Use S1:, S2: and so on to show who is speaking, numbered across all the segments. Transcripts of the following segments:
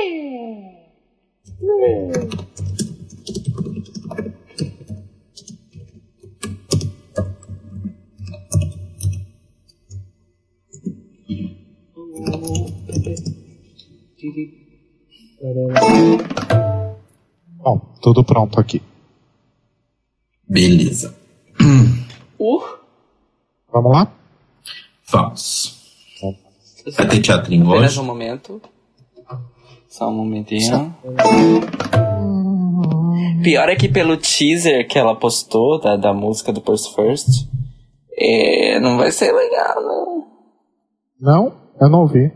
S1: É.
S2: Bom, tudo pronto aqui.
S3: Beleza.
S1: Uh,
S2: Vamos lá?
S3: Vamos.
S1: eu sei.
S3: Vai ter teatrinho
S1: Apenas
S3: hoje?
S1: um momento. Só um momentinho. Pior é que pelo teaser que ela postou da, da música do Purse First, é, não vai ser legal, né? não.
S2: Não? Eu não ouvi.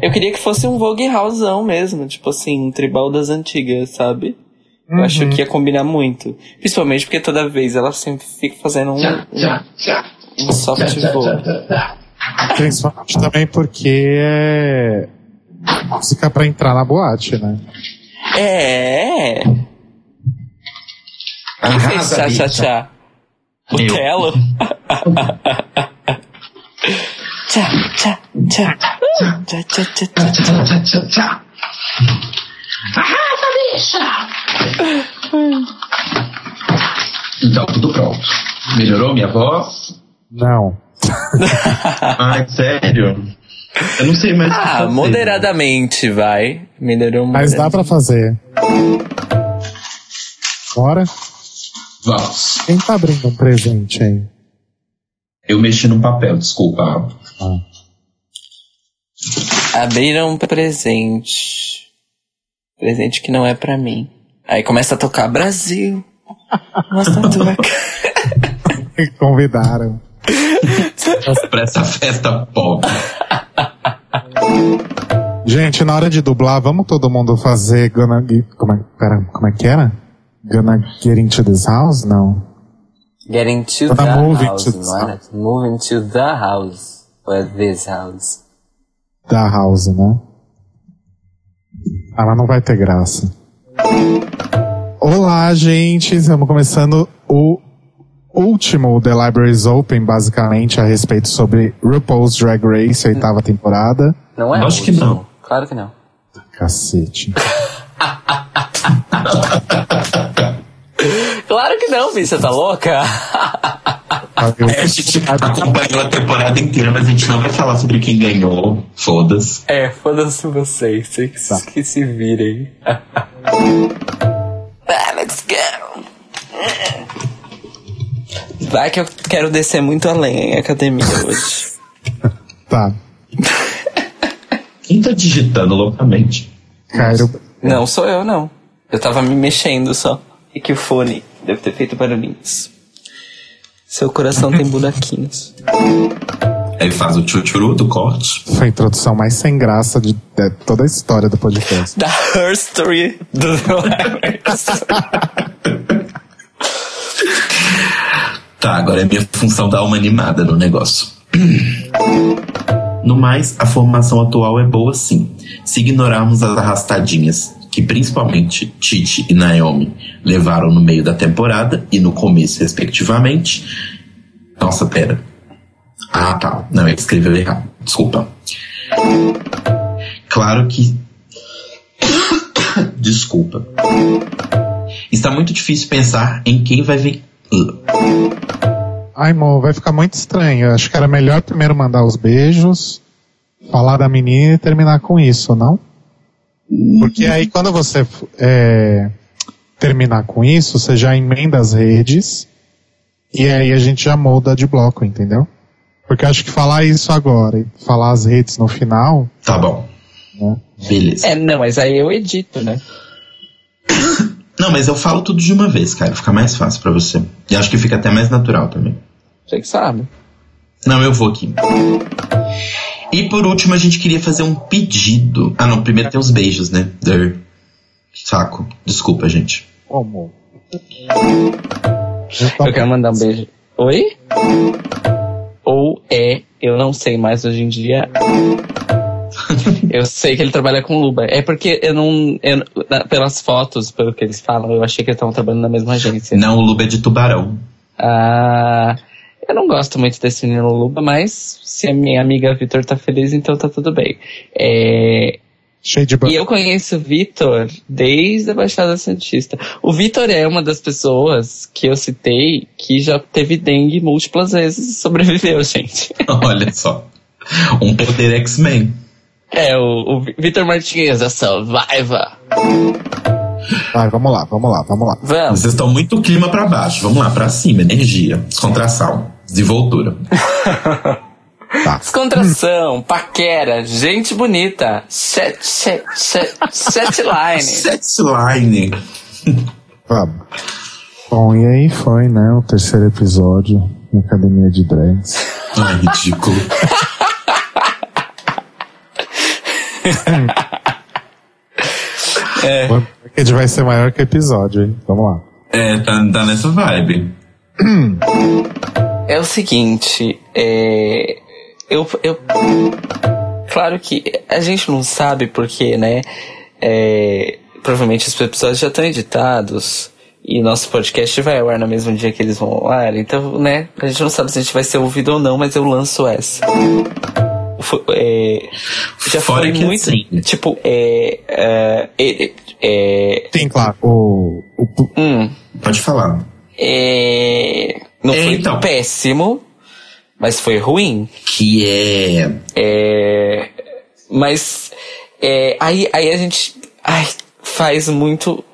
S1: Eu queria que fosse um Vogue Houseão mesmo, tipo assim, um tribal das antigas, sabe? Eu acho que ia combinar muito. Principalmente porque toda vez ela sempre fica fazendo um, um soft vogue.
S2: Principalmente também porque é música pra entrar na boate, né?
S1: É! Quem fez
S3: Arrasa,
S1: tchá tchá
S3: bicha.
S1: tchá? O
S3: Eu.
S1: Telo? tchá tchá tchá. Tchá tchá tchá tchá.
S3: Então, tudo pronto. Melhorou minha voz?
S2: Não.
S3: Ai, sério? Eu não sei mais. o que
S1: Ah,
S3: fazer.
S1: moderadamente vai. Melhorou
S2: Mas dá pra fazer. Bora?
S3: Vamos.
S2: Quem tá abrindo um presente aí?
S3: Eu mexi no papel, desculpa.
S1: Abriram um presente. Presente que não é pra mim. Aí começa a tocar Brasil. Mostra a tua cara.
S2: Me convidaram.
S3: Pra essa festa pop.
S2: Gente, na hora de dublar, vamos todo mundo fazer gonna, gi- como, é, pera, como é que era? Gonna get into this house? Não.
S1: Get into
S2: Tá
S1: the
S2: moving
S1: house,
S2: to the
S1: não era? Move into the house. Or this house.
S2: Da house, né? Ah, mas não vai ter graça. Olá, gente! Estamos começando o último The Libraries Open, basicamente, a respeito sobre RuPaul's Drag Race, oitava temporada.
S1: Não é?
S3: Acho que
S1: último.
S3: não.
S1: Claro que não.
S2: Cacete.
S1: Claro que não, bicha, tá louca?
S2: Eu-
S3: É, a gente acompanhou a temporada inteira, mas a gente não vai falar sobre quem ganhou. Foda-se.
S1: É, foda-se vocês, vocês que, se- que se virem. ah, let's go! Vai que eu quero descer muito além em academia hoje.
S2: Tá.
S3: Quem tá digitando loucamente?
S2: Cairo.
S1: não sou eu, não. Eu tava me mexendo só. E que o fone deve ter feito barulhinhos. Seu coração tem buraquinhos.
S3: Aí faz o tchutchuru do corte.
S2: Foi a introdução mais sem graça de, de toda a história do podcast.
S1: da Her Story do The
S3: Tá, agora é minha função dar uma animada no negócio. No mais, a formação atual é boa sim, se ignorarmos as arrastadinhas que principalmente Titi e Naomi levaram no meio da temporada e no começo, respectivamente. Nossa, pera. Ah, tá. Não, ele escreveu errado. Desculpa. Claro que. Desculpa. Está muito difícil pensar em quem vai vir.
S2: Ai, amor, vai ficar muito estranho. Eu Acho que era melhor primeiro mandar os beijos, falar da menina e terminar com isso, não? Porque aí quando você é, terminar com isso, você já emenda as redes e aí a gente já muda de bloco, entendeu? Porque eu acho que falar isso agora e falar as redes no final,
S3: Tá bom.
S2: Hum.
S3: Beleza.
S1: É, não, mas aí eu edito, né?
S3: Não, mas eu falo tudo de uma vez, cara. Fica mais fácil pra você. E acho que fica até mais natural também.
S1: Você que sabe.
S3: Não, eu vou aqui. E por último, a gente queria fazer um pedido. Ah, não. Primeiro tem os beijos, né? Der. Saco. Desculpa, gente.
S2: como? Tá
S1: Eu quero mandar um beijo. Oi? Ou é, eu não sei mais hoje em dia. Eu sei que ele trabalha com Luba. É porque eu não. eu- na- pelas fotos, pelo que eles falam, eu achei que eles estavam trabalhando na mesma agência.
S3: Não, o Luba é de tubarão.
S1: Ah, eu não gosto muito desse Nilo Luba, mas se a minha amiga Vitor tá feliz, então tá tudo bem. É,
S2: Cheio de
S1: E eu conheço o Vitor desde a Baixada Santista. O Vitor é uma das pessoas que eu citei que já teve dengue múltiplas vezes e sobreviveu, gente.
S3: Olha só. Um poder X-Men.
S1: É, o, o Vitor Martinez, a Survivor.
S2: Vai, vamos lá, vamos lá, vamos lá.
S1: Vamos.
S3: Ah, Vocês estão muito clima pra baixo. Vamos lá, pra cima. Energia, descontração, desenvoltura.
S2: Tá.
S1: Descontração, paquera, gente bonita, chat, chat, chat, chatline.
S3: Setline.
S2: Vamos. Bom, e aí foi, né? O terceiro episódio na Academia de Drags.
S3: Ai, ridículo.
S2: O Unplugged vai ser maior que o episódio, hein? Vamos lá.
S3: É, tá, tá nessa vibe.
S1: É o seguinte, é, eu, eu, claro que a gente não sabe porque, né? é, provavelmente os episódios já estão editados e nosso podcast vai ao ar no mesmo dia que eles vão ao ar. Então, né? A gente não sabe se a gente vai ser ouvido ou não, mas eu lanço essa. Fo- é, já
S3: Fora
S1: foi
S3: que
S1: muito,
S3: assim-
S1: tipo, é, é, é, é,
S2: Tem, claro. O, o-
S1: hum,
S3: Pode falar.
S1: é, não
S3: É,
S1: foi
S3: então.
S1: péssimo, mas foi ruim.
S3: Que é.
S1: É, mas é, aí, aí a gente ai, faz muito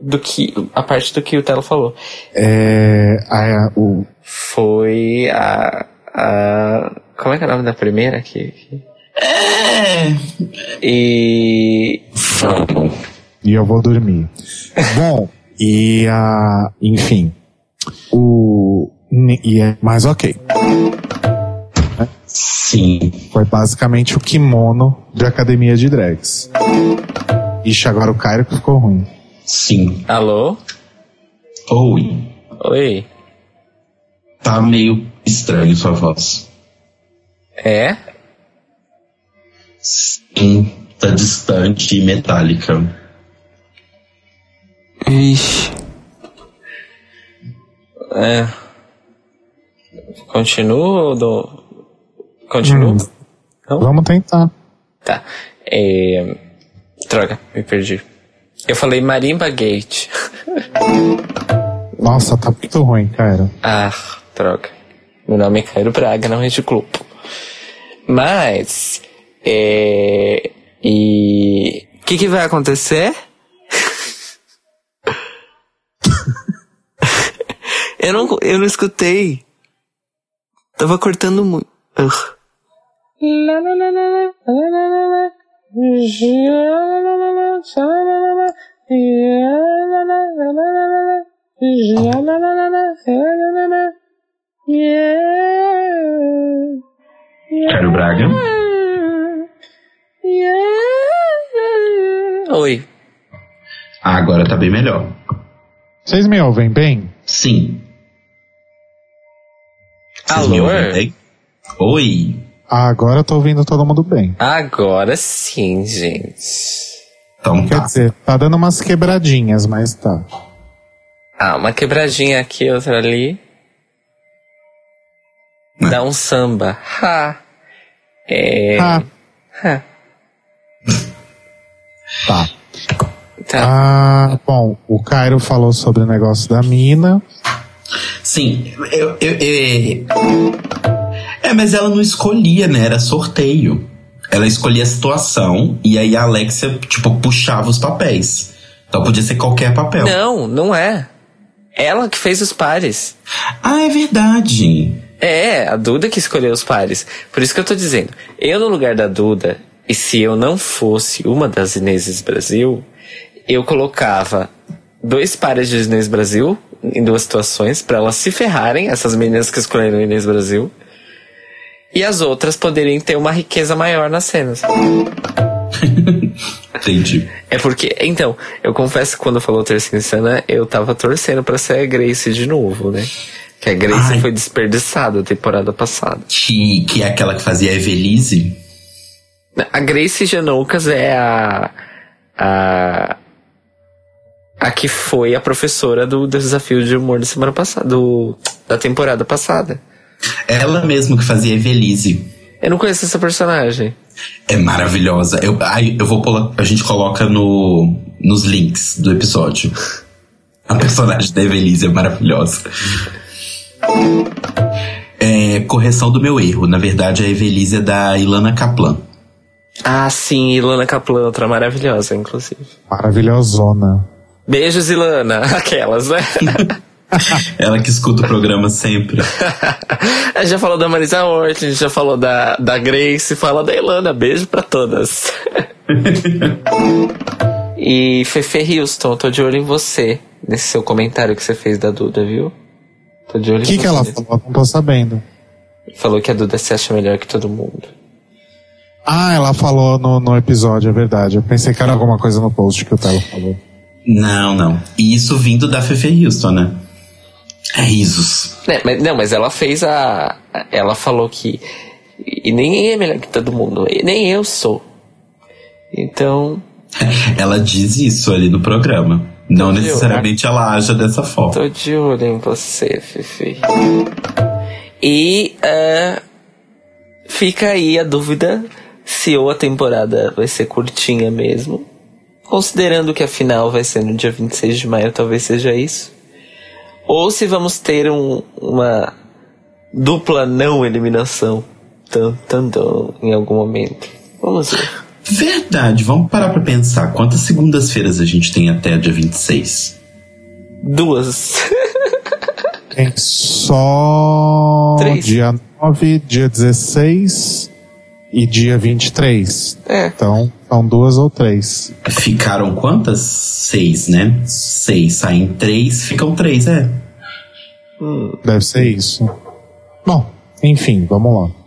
S1: do que a parte do que o Telo falou.
S2: é, a- o-
S1: Foi a, a como é que é o nome da primeira que, que-
S3: É.
S1: e
S2: e eu vou dormir. Bom, e a. Enfim. O. E é, mas ok.
S3: Sim.
S2: Foi basicamente o kimono de Academia de Drags. Ixi, agora o Cairo que ficou ruim.
S3: Sim.
S1: alô,
S3: Oi.
S1: oi,
S3: Tá meio estranho sua voz.
S1: é?
S3: Sim. Tá distante e metálica.
S1: Ixi. É. Continua ou dou- Continua?
S2: Vamos tentar.
S1: Tá. É... Droga, me perdi. Eu falei Marimba Gate.
S2: Nossa, tá muito ruim, Cairo.
S1: Ah, droga. Meu nome é Cairo Braga, não é de grupo. Mas. É... E. O que, que vai acontecer? eu, não, eu não escutei. Tava cortando muito. Ugh.
S3: Quero Braga?
S1: Oi.
S3: Ah, agora tá bem melhor.
S2: Vocês me ouvem bem?
S3: Sim. Vocês me
S1: Alô?
S3: ouvem bem? Oi.
S2: Ah, agora eu tô ouvindo todo mundo bem.
S1: Agora sim, gente.
S3: Então
S2: Quer
S3: tá.
S2: dizer, tá dando umas quebradinhas, mas tá.
S1: Ah, uma quebradinha aqui, outra ali. Dá um samba. Ha. É.
S2: Ah,
S1: ha.
S2: tá.
S1: Tá.
S2: Ah, bom, o Cairo falou sobre o negócio da mina.
S3: Sim. Eu, eu, eu- É, mas ela não escolhia, né? Era sorteio. Ela escolhia a situação e aí a Alexia, tipo, puxava os papéis. Então podia ser qualquer papel.
S1: Não, não é. Ela que fez os pares.
S3: Ah, é verdade.
S1: É, a Duda que escolheu os pares. Por isso que eu tô dizendo, eu no lugar da Duda, e se eu não fosse uma das Inês Brasil, eu colocava dois pares de Inês Brasil em duas situações pra elas se ferrarem, essas meninas que escolheram Inês Brasil, e as outras poderiam ter uma riqueza maior nas cenas.
S3: Entendi.
S1: É porque, então, eu confesso que quando falou Terceira Insana, eu tava torcendo pra ser a Grace de novo, né? Que a Grace
S3: Ai.
S1: foi desperdiçada a temporada passada.
S3: Que, que é aquela que fazia a Evelise.
S1: A Grace Janoucas é a, a. A que foi a professora do desafio de humor da semana passada. Do, da temporada passada.
S3: Ela mesma que fazia a Evelise.
S1: Eu não conheço essa personagem.
S3: É maravilhosa. Eu, ai, eu vou pôr, a gente coloca no, nos links do episódio. A personagem da Evelise é maravilhosa. É, correção do meu erro. Na verdade, a Evelise é da Ilana Kaplan.
S1: Ah, sim, Ilana Kaplan, outra maravilhosa, inclusive.
S2: Maravilhosona.
S1: Beijos, Ilana. Aquelas, né?
S3: Ela que escuta o programa sempre.
S1: a gente já falou da Marisa Hort, a gente já falou da, da Grace, fala da Ilana. Beijo pra todas. e Fefe Houston, tô de olho em você. Nesse seu comentário que você fez da Duda, viu? Tô de olho
S2: O que,
S1: em
S2: que
S1: você.
S2: ela falou? Não tô sabendo.
S1: Falou que a Duda se acha melhor que todo mundo.
S2: Ah, ela falou no, no episódio, é verdade. Eu pensei que era alguma coisa no post que o Telo falou.
S3: Não, não. E isso vindo da Fefe Houston, né? É risos.
S1: Né, mas, não, mas ela fez a. a- Ela falou que. E nem é melhor que todo mundo. e nem eu sou. Então,
S3: Ela diz isso ali no programa. Não
S1: Viu,
S3: necessariamente ela haja dessa forma.
S1: tô de olho em você, Fifi. E ah, fica aí a dúvida se ou a temporada vai ser curtinha mesmo. Considerando que a final vai ser no dia 26 de maio, talvez seja isso. Ou se vamos ter um- uma dupla não eliminação tan, tan, tan, em algum momento. Vamos ver.
S3: Verdade, vamos parar pra pensar. Quantas segundas-feiras a gente tem até dia 26?
S1: Duas.
S2: Tem só
S1: Três.
S2: dia 9, dia 16 e dia 23.
S1: é.
S2: Então, são duas ou três.
S3: Ficaram quantas? Seis, né? Seis. Saem três, ficam três, é.
S2: Deve ser isso. Bom, enfim, vamos lá.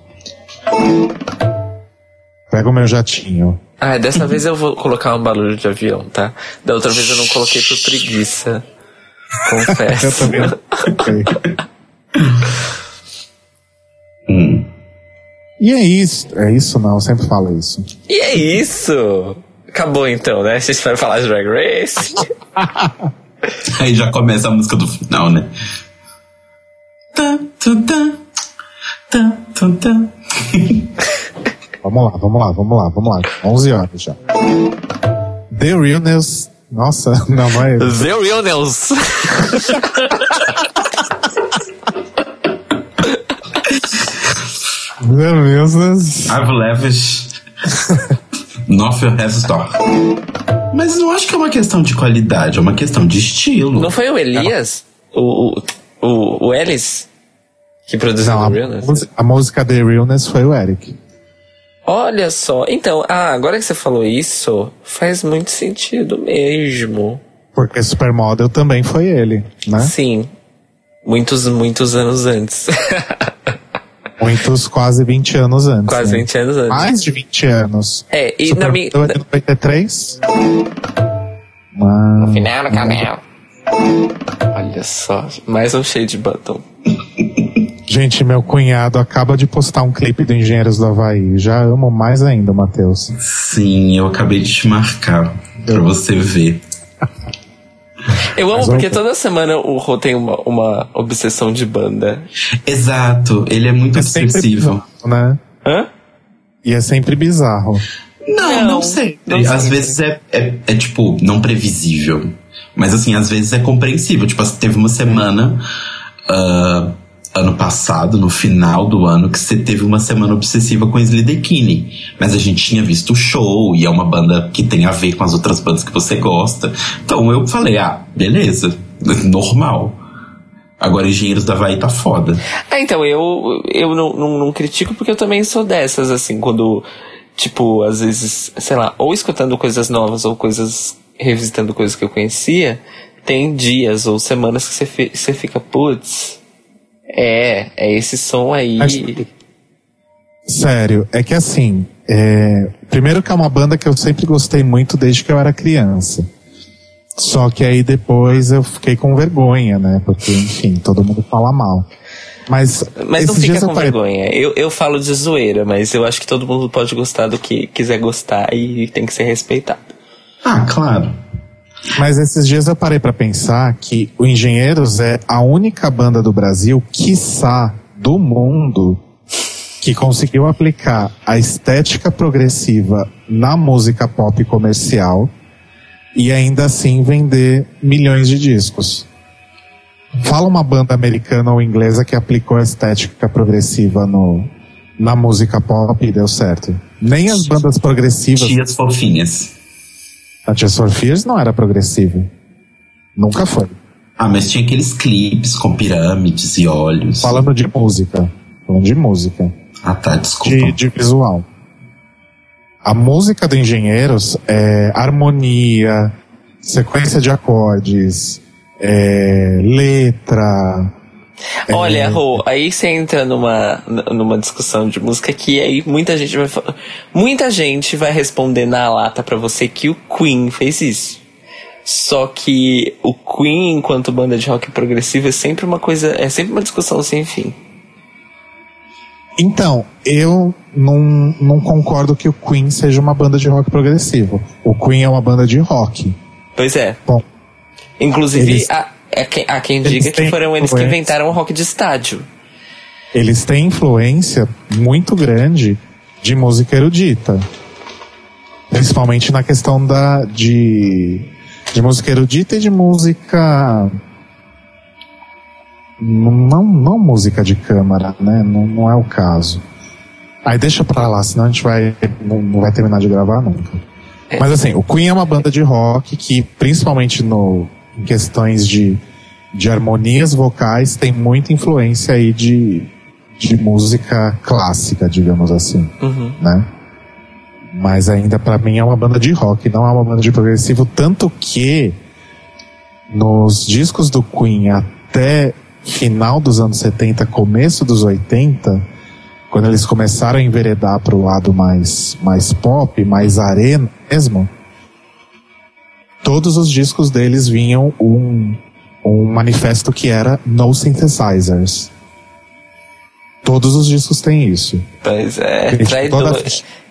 S2: Pega o meu jatinho.
S1: Ah, dessa vez eu vou colocar um barulho de avião, tá? Da outra vez eu não coloquei por preguiça.
S2: Eu
S1: Confesso.
S2: também. Ok.
S3: Hum.
S2: E é isso. É isso não, eu sempre falo isso.
S1: e é isso! Acabou então, né? Vocês foram falar de Drag Race?
S3: Aí já começa a música do final, né? Tá, tá, tá. Tá, tá, tá.
S2: Vamos lá, vamos lá, vamos lá, vamos lá. 11 horas já. The Real News. Nossa, não, não é.
S1: The Real News!
S2: The Real News.
S3: I've left North has store. Mas não acho que é uma questão de qualidade, é uma questão de estilo.
S1: Não foi o Elias? O, o, o, o Ellis? Que produziu
S2: Não,
S1: o
S2: a,
S1: The Real News?
S2: música- a música The Realness foi o Eric.
S1: Olha só, então, ah, agora que você falou isso, faz muito sentido mesmo.
S2: Porque Supermodel também foi ele, né?
S1: Sim. Muitos, muitos anos antes.
S2: Muitos quase 20 anos antes.
S1: Quase
S2: né?
S1: 20 anos antes.
S2: Mais de 20 anos.
S1: É, e na
S2: Supermodel
S1: minha.
S2: é de 93? Ah,
S1: Final do canal. Hum. Olha só, mais um cheio de batom.
S2: gente, meu cunhado acaba de postar um clipe do Engenheiros do Havaí. Já amo mais ainda, Matheus.
S3: Sim, eu acabei de te marcar pra você ver.
S1: Eu amo
S2: Mas
S1: porque
S2: vamos-
S1: toda semana o Rô tem uma, uma obsessão de banda.
S3: Exato, ele é muito
S2: É sempre
S3: obsessivo.
S2: bizarro, né?
S1: Hã?
S2: E é sempre bizarro.
S3: Não, não,
S1: Não,
S3: sei.
S1: não
S3: Às
S1: sei.
S3: vezes é, é, é, tipo, não previsível. Mas assim, às vezes é compreensível. Tipo, assim, teve uma semana ah, ano passado, no final do ano, que você teve uma semana obsessiva com Slidekine. Mas a gente tinha visto o show e é uma banda que tem a ver com as outras bandas que você gosta. Então eu falei, ah, beleza, normal. Agora Engenheiros da Havaí tá foda.
S1: Ah, então, eu, eu não, não, não critico porque eu também sou dessas, assim, quando, tipo, às vezes, sei lá, ou escutando coisas novas ou coisas, revisitando coisas que eu conhecia, tem dias ou semanas que você, fi- você fica, putz, é, é esse som aí.
S2: Mas- Sério, é que assim, é, primeiro que é uma banda que eu sempre gostei muito desde que eu era criança. Só que aí depois eu fiquei com vergonha, né? Porque, enfim, todo mundo fala mal. Mas,
S1: Mas não
S2: esses dias
S1: fica
S2: eu
S1: com
S2: parei-
S1: vergonha. Eu, eu falo de zoeira, mas eu acho que todo mundo pode gostar do que quiser gostar e tem que ser respeitado.
S3: Ah, claro.
S2: Mas esses dias eu parei pra pensar que o Engenheiros é a única banda do Brasil, quiçá do mundo, que conseguiu aplicar a estética progressiva na música pop comercial e ainda assim vender milhões de discos. Fala uma banda americana ou inglesa que aplicou a estética progressiva no, na música pop e deu certo. Nem as bandas progressivas.
S3: Tias fofinhas.
S2: A Tears for Fears não era progressiva. Nunca foi.
S3: Ah, mas tinha aqueles clipes com pirâmides e olhos.
S2: Falando de música. Falando de música.
S3: Ah, tá, desculpa.
S2: De, de visual. A música do Engenheiros é harmonia, sequência de acordes, é, letra. é,
S1: Olha, Rô, aí você entra numa, numa discussão de música que aí muita gente vai fa- muita gente vai responder na lata pra você que o Queen fez isso. Só que o Queen enquanto banda de rock progressivo é sempre uma coisa, é sempre uma discussão sem fim.
S2: Então, eu não, não concordo que o Queen seja uma banda de rock progressivo. O Queen é uma banda de rock.
S1: Pois é.
S2: Bom.
S1: Inclusive,
S2: Eles-
S1: há, é quem, há quem
S2: Eles
S1: diga que
S2: têm
S1: foram eles que
S2: influência.
S1: inventaram o rock de estádio.
S2: Eles têm influência muito grande de música erudita. Principalmente na questão da, de, de música erudita e de música. Não, não música de câmara, né? Não, não é o caso. Aí deixa pra lá, senão a gente vai, não, não vai terminar de gravar nunca. Mas assim, o Queen é uma banda de rock que, principalmente no, em questões de, de harmonias vocais, tem muita influência aí de, de música clássica, digamos assim,
S1: Uhum.
S2: né? Mas ainda pra mim é uma banda de rock, não é uma banda de progressivo, tanto que nos discos do Queen até final dos anos 70, começo dos 80, quando eles começaram a enveredar para o lado mais, mais pop, mais arena mesmo, todos os discos deles vinham um, um manifesto que era No Synthesizers. Todos os discos têm isso.
S1: Pois é,
S2: Gente,
S1: traidor-
S2: toda-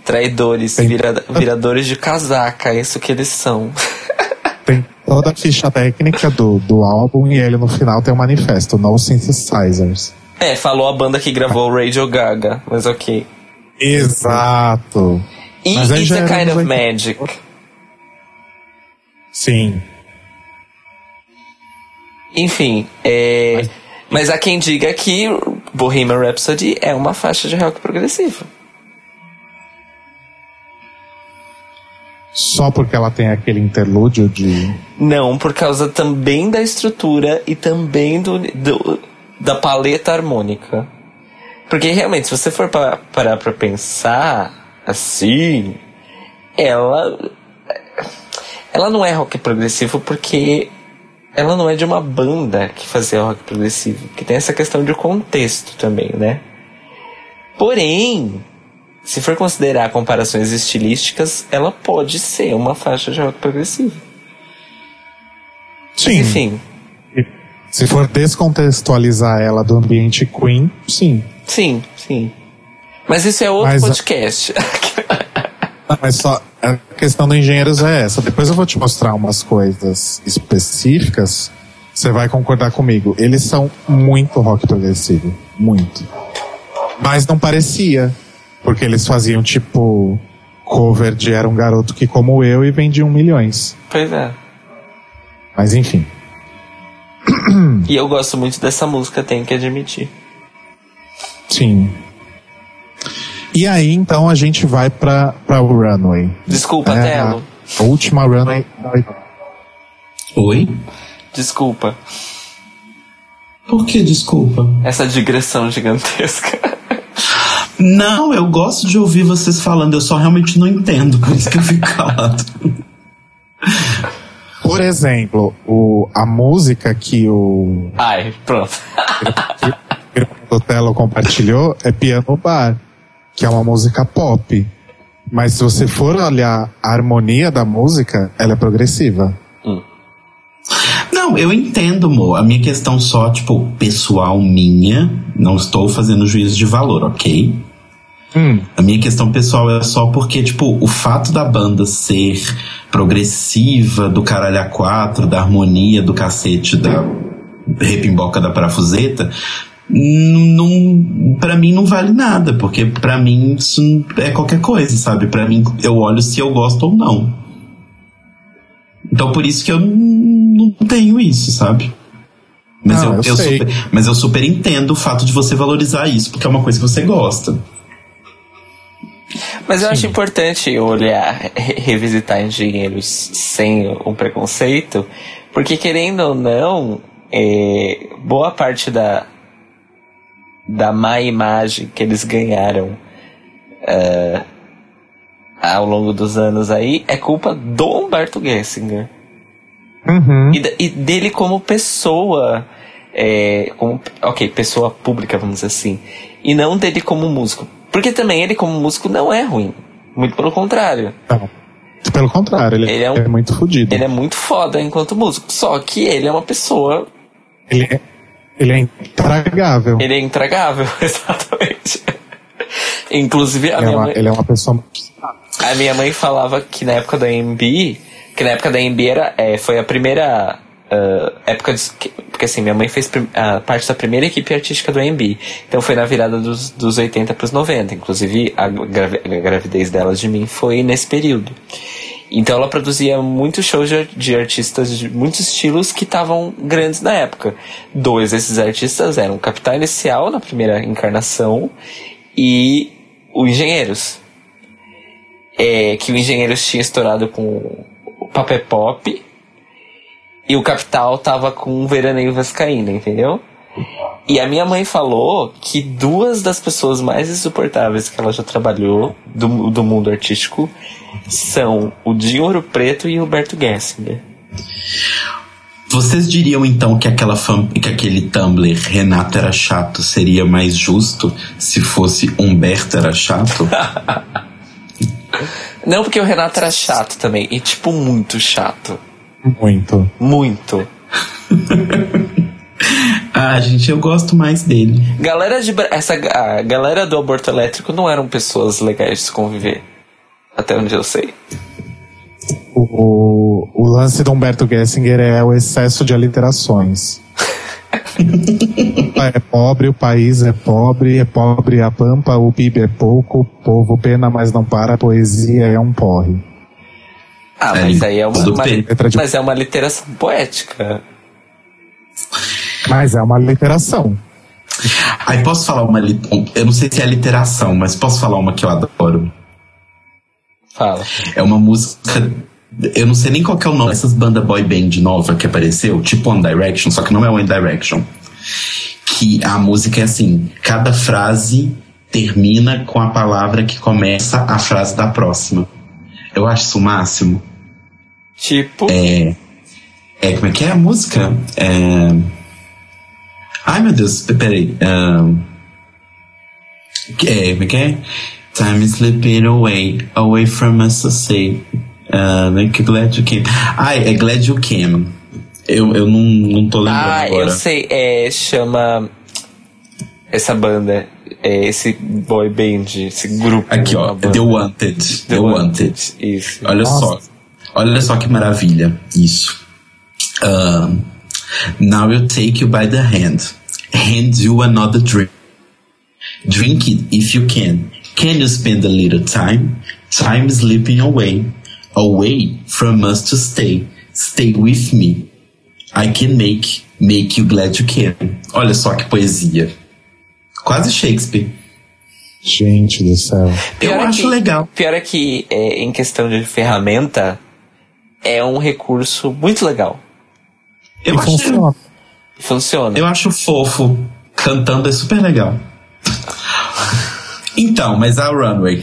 S1: traidores,
S2: Tem-
S1: vira- viradores de casaca, é isso que eles são.
S2: Tem toda a ficha técnica do, do álbum e ele no final tem um manifesto, No Synthesizers.
S1: É, falou a banda que gravou o Radio Gaga, mas ok.
S2: Exato.
S1: E
S2: Mas aí
S1: It's
S2: já
S1: a
S2: era
S1: Kind of
S2: anos 80.
S1: Magic.
S2: Sim.
S1: Enfim, é, mas há quem diga que Bohemian Rhapsody é uma faixa de rock progressivo.
S2: Só porque ela tem aquele interlúdio de.
S1: Não, por causa também da estrutura e também do, do- da paleta harmônica. Porque realmente, se você for pa- parar pra pensar assim, ela. Ela não é rock progressivo porque ela não é de uma banda que fazia rock progressivo. Que tem essa questão de contexto também, né? Porém, se for considerar comparações estilísticas, ela pode ser uma faixa de rock progressivo.
S2: Sim.
S1: Enfim,
S2: Se for descontextualizar ela do ambiente Queen, sim.
S1: sim, sim. Mas isso é outro
S2: Mas a-
S1: podcast.
S2: Não, Tá, mas só a questão do engenheiros é essa. Depois eu vou te mostrar umas coisas específicas. Você vai concordar comigo. Eles são muito rock progressivo. Muito. Mas não parecia. Porque eles faziam tipo cover de Era um Garoto que Como Eu e vendiam milhões.
S1: pois é.
S2: Mas enfim.
S1: E eu gosto muito dessa música, tenho que admitir.
S2: Sim. E aí, então, a gente vai pra, pra runway.
S1: Desculpa,
S2: É,
S1: Telo.
S2: a última runway.
S3: Oi?
S1: Desculpa.
S3: Por que desculpa?
S1: Essa digressão gigantesca.
S3: Não, eu gosto de ouvir vocês falando, eu só realmente não entendo, por isso que eu fico calado.
S2: Por exemplo, o, a música que o
S1: Ai, pronto.
S2: Telo compartilhou é Piano Bar, que é uma música pop. Mas se você for olhar a harmonia da música, ela é progressiva.
S3: Não, eu entendo, amor. A minha questão só, tipo, pessoal minha, não estou fazendo juízo de valor, ok? A minha questão pessoal é só porque, tipo, o fato da banda ser progressiva, do caralho a quatro, da harmonia, do cacete, da repimboca da parafuseta, não, para mim não vale nada, porque para mim isso é qualquer coisa, sabe? Para mim eu olho se eu gosto ou não. Então por isso que eu não- não tenho isso, sabe? Mas,
S2: Não,
S3: eu,
S2: eu
S3: eu
S2: sei.
S3: super, mas eu super entendo o fato de você valorizar isso, porque é uma coisa que você gosta.
S1: Mas eu acho importante olhar, re- revisitar engenheiros sem o preconceito, porque querendo ou não, é, boa parte da, da má imagem que eles ganharam é, ao longo dos anos aí é culpa do Humberto Gessinger.
S2: Uhum.
S1: E, da- e dele como pessoa. é, como- ok, pessoa pública, vamos dizer assim. E não dele como músico. Porque também ele, como músico, não é ruim. Muito pelo contrário.
S2: Não. Pelo contrário, ele,
S1: Ele é
S2: é,
S1: um-
S2: muito fodido.
S1: Ele é muito foda enquanto músico. Só que ele é uma pessoa.
S2: Ele é, ele é intragável.
S1: Ele é intragável, exatamente. Inclusive,
S2: Ele
S1: a
S2: é,
S1: minha
S2: uma,
S1: mãe.
S2: ele é uma pessoa.
S1: A minha mãe falava que na época da MB, que na época da MB era, é, foi a primeira ah, época de, que- porque assim, minha mãe fez prim- a parte da primeira equipe artística do MB. Então foi na virada dos, dos 80 para os 90, inclusive a, gravi- a gravidez dela de mim foi nesse período. Então ela produzia muitos shows de, ar- de artistas de muitos estilos que estavam grandes na época. Dois desses artistas eram Capital Inicial na primeira encarnação e o Engenheiros é, que o Engenheiros tinha estourado com o Papel Pop e o Capital tava com o Veraneio Vascaína, entendeu? E a minha mãe falou que duas das pessoas mais insuportáveis que ela já trabalhou do, do mundo artístico são o Dinho Ouro Preto e o Roberto Gessinger.
S3: Vocês diriam então que, aquela fam- que aquele Tumblr Renato era chato seria mais justo se fosse Humberto era chato?
S1: Não, porque o Renato era chato também, e tipo, muito chato.
S2: Muito.
S1: Muito.
S3: ah, gente, eu gosto mais dele.
S1: Galera de Bra- essa a galera do aborto elétrico não eram pessoas legais de se conviver. Até onde eu sei.
S2: O, o lance do Humberto Gessinger é o excesso de aliterações. O pai é pobre, o país é pobre, é pobre a pampa, o PIB é pouco, o povo pena, mas não para, a poesia é um porre.
S1: Ah,
S3: É,
S1: mas aí é uma,
S3: do
S1: uma-
S3: P.
S2: Letra de-
S1: mas é uma literação poética.
S2: Mas é uma aliteração.
S3: Aí posso falar uma. li- Eu não sei se é literação, mas posso falar uma que eu adoro.
S1: Fala.
S3: É uma música. Eu não sei nem qual que é o nome dessas bandas boy band nova que apareceu, tipo One Direction, só que não é One Direction. Que a música é assim: cada frase termina com a palavra que começa a frase da próxima. Eu acho isso o máximo.
S1: Tipo,
S3: É, como é que é a música? É... Ai meu Deus, pe- peraí. ahn, que- É, como é que é? Time is slipping away, away from us, I say. Uh, make glad you came. Ai, é glad you came. Eu, eu não, não tô lembrando
S1: ah,
S3: agora.
S1: eu sei, é, chama essa banda, é, esse boy band, esse grupo.
S3: Aqui, ó.
S1: uma banda.
S3: The Wanted. The Wanted.
S1: Isso.
S3: Olha
S2: Nossa.
S3: só. Olha só que maravilha. Isso. Ahn, now we'll take you by the hand. Hand you another drink. Drink it if you can. Can you spend a little time? Time is slipping away. Away from us to stay. Stay with me. I can make, make you glad you can. Olha só que poesia. Quase Shakespeare.
S2: Gente do céu.
S3: Eu
S1: é
S3: acho
S1: que-
S3: legal.
S1: Pior é que, é, em questão de ferramenta, é um recurso muito legal.
S3: Eu
S2: e
S3: acho,
S2: funciona.
S1: Funciona.
S3: Eu acho fofo. Cantando é super legal. Então, mas a Runway.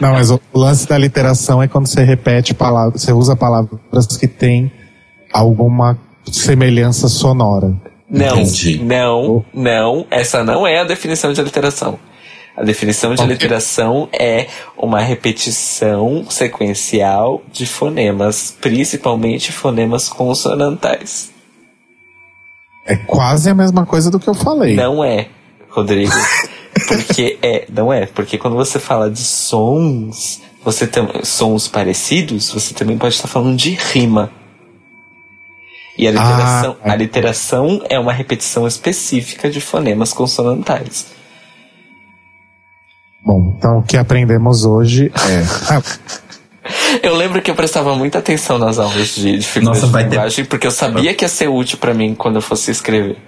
S2: Não, mas o o lance da literação é quando você repete palavras, você usa palavras que têm alguma semelhança sonora.
S1: Não,
S3: Entendi.
S2: Oh.
S1: não, não. Essa não é a definição de aliteração. A definição de
S2: Ok.
S1: aliteração é uma repetição sequencial de fonemas, principalmente fonemas consonantais.
S2: É quase a mesma coisa do que eu falei.
S1: Não é, Rodrigo. Porque é, não é, porque quando você fala de sons, você tam, sons parecidos, você também pode estar falando de rima. E E a
S2: Ah,
S1: literação,
S2: é.
S1: a literação é uma repetição específica de fonemas consonantais.
S2: Bom, então o que aprendemos hoje é.
S1: Eu lembro que eu prestava muita atenção nas aulas de, de figura
S3: Nossa,
S1: de
S3: vai ter-
S1: linguagem, porque eu sabia que ia ser útil pra mim quando eu fosse escrever.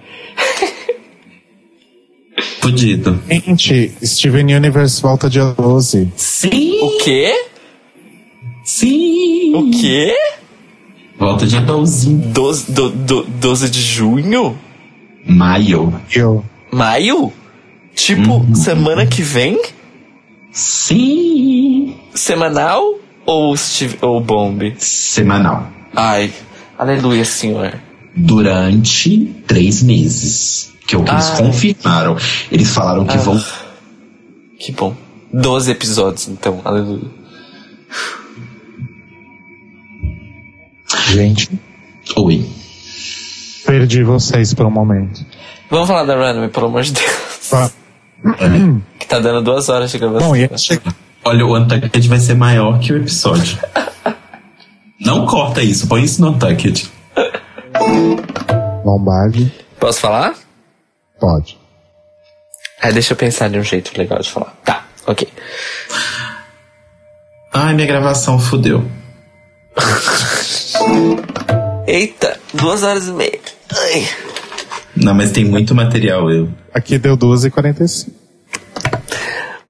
S3: Fudido.
S2: Gente, Steven Universe volta dia 12.
S3: Sim!
S1: O quê?
S3: Sim!
S1: O quê?
S3: Volta dia 12.
S1: 12, do, do, 12 de junho?
S3: Maio.
S2: Eu.
S1: Maio? Tipo,
S3: Uhum.
S1: semana que vem?
S3: Sim!
S1: Semanal? Ou, Steve, ou Bomb?
S3: Semanal.
S1: Ai, aleluia, senhor.
S3: Durante três meses. Que é o que eles
S1: Ai.
S3: confirmaram. Eles falaram que
S1: Ah.
S3: vão.
S1: Que bom. 12 episódios, então, aleluia.
S2: Gente,
S3: Oi.
S2: perdi vocês por um momento.
S1: Vamos falar da Runway, pelo amor de Deus.
S2: Tá.
S1: Que tá dando duas horas de gravação.
S2: Bom, e achei
S3: Olha, o Untucked vai ser maior que o episódio. Não corta isso, põe isso no Untucked.
S2: Lombardi
S1: Posso falar?
S2: pode.
S1: Aí deixa eu pensar de um jeito legal de falar. Tá, ok.
S3: Ai, minha gravação fudeu.
S1: Eita, duas horas e meia. Ai.
S3: Não, mas tem muito material eu.
S2: Aqui deu 12h45.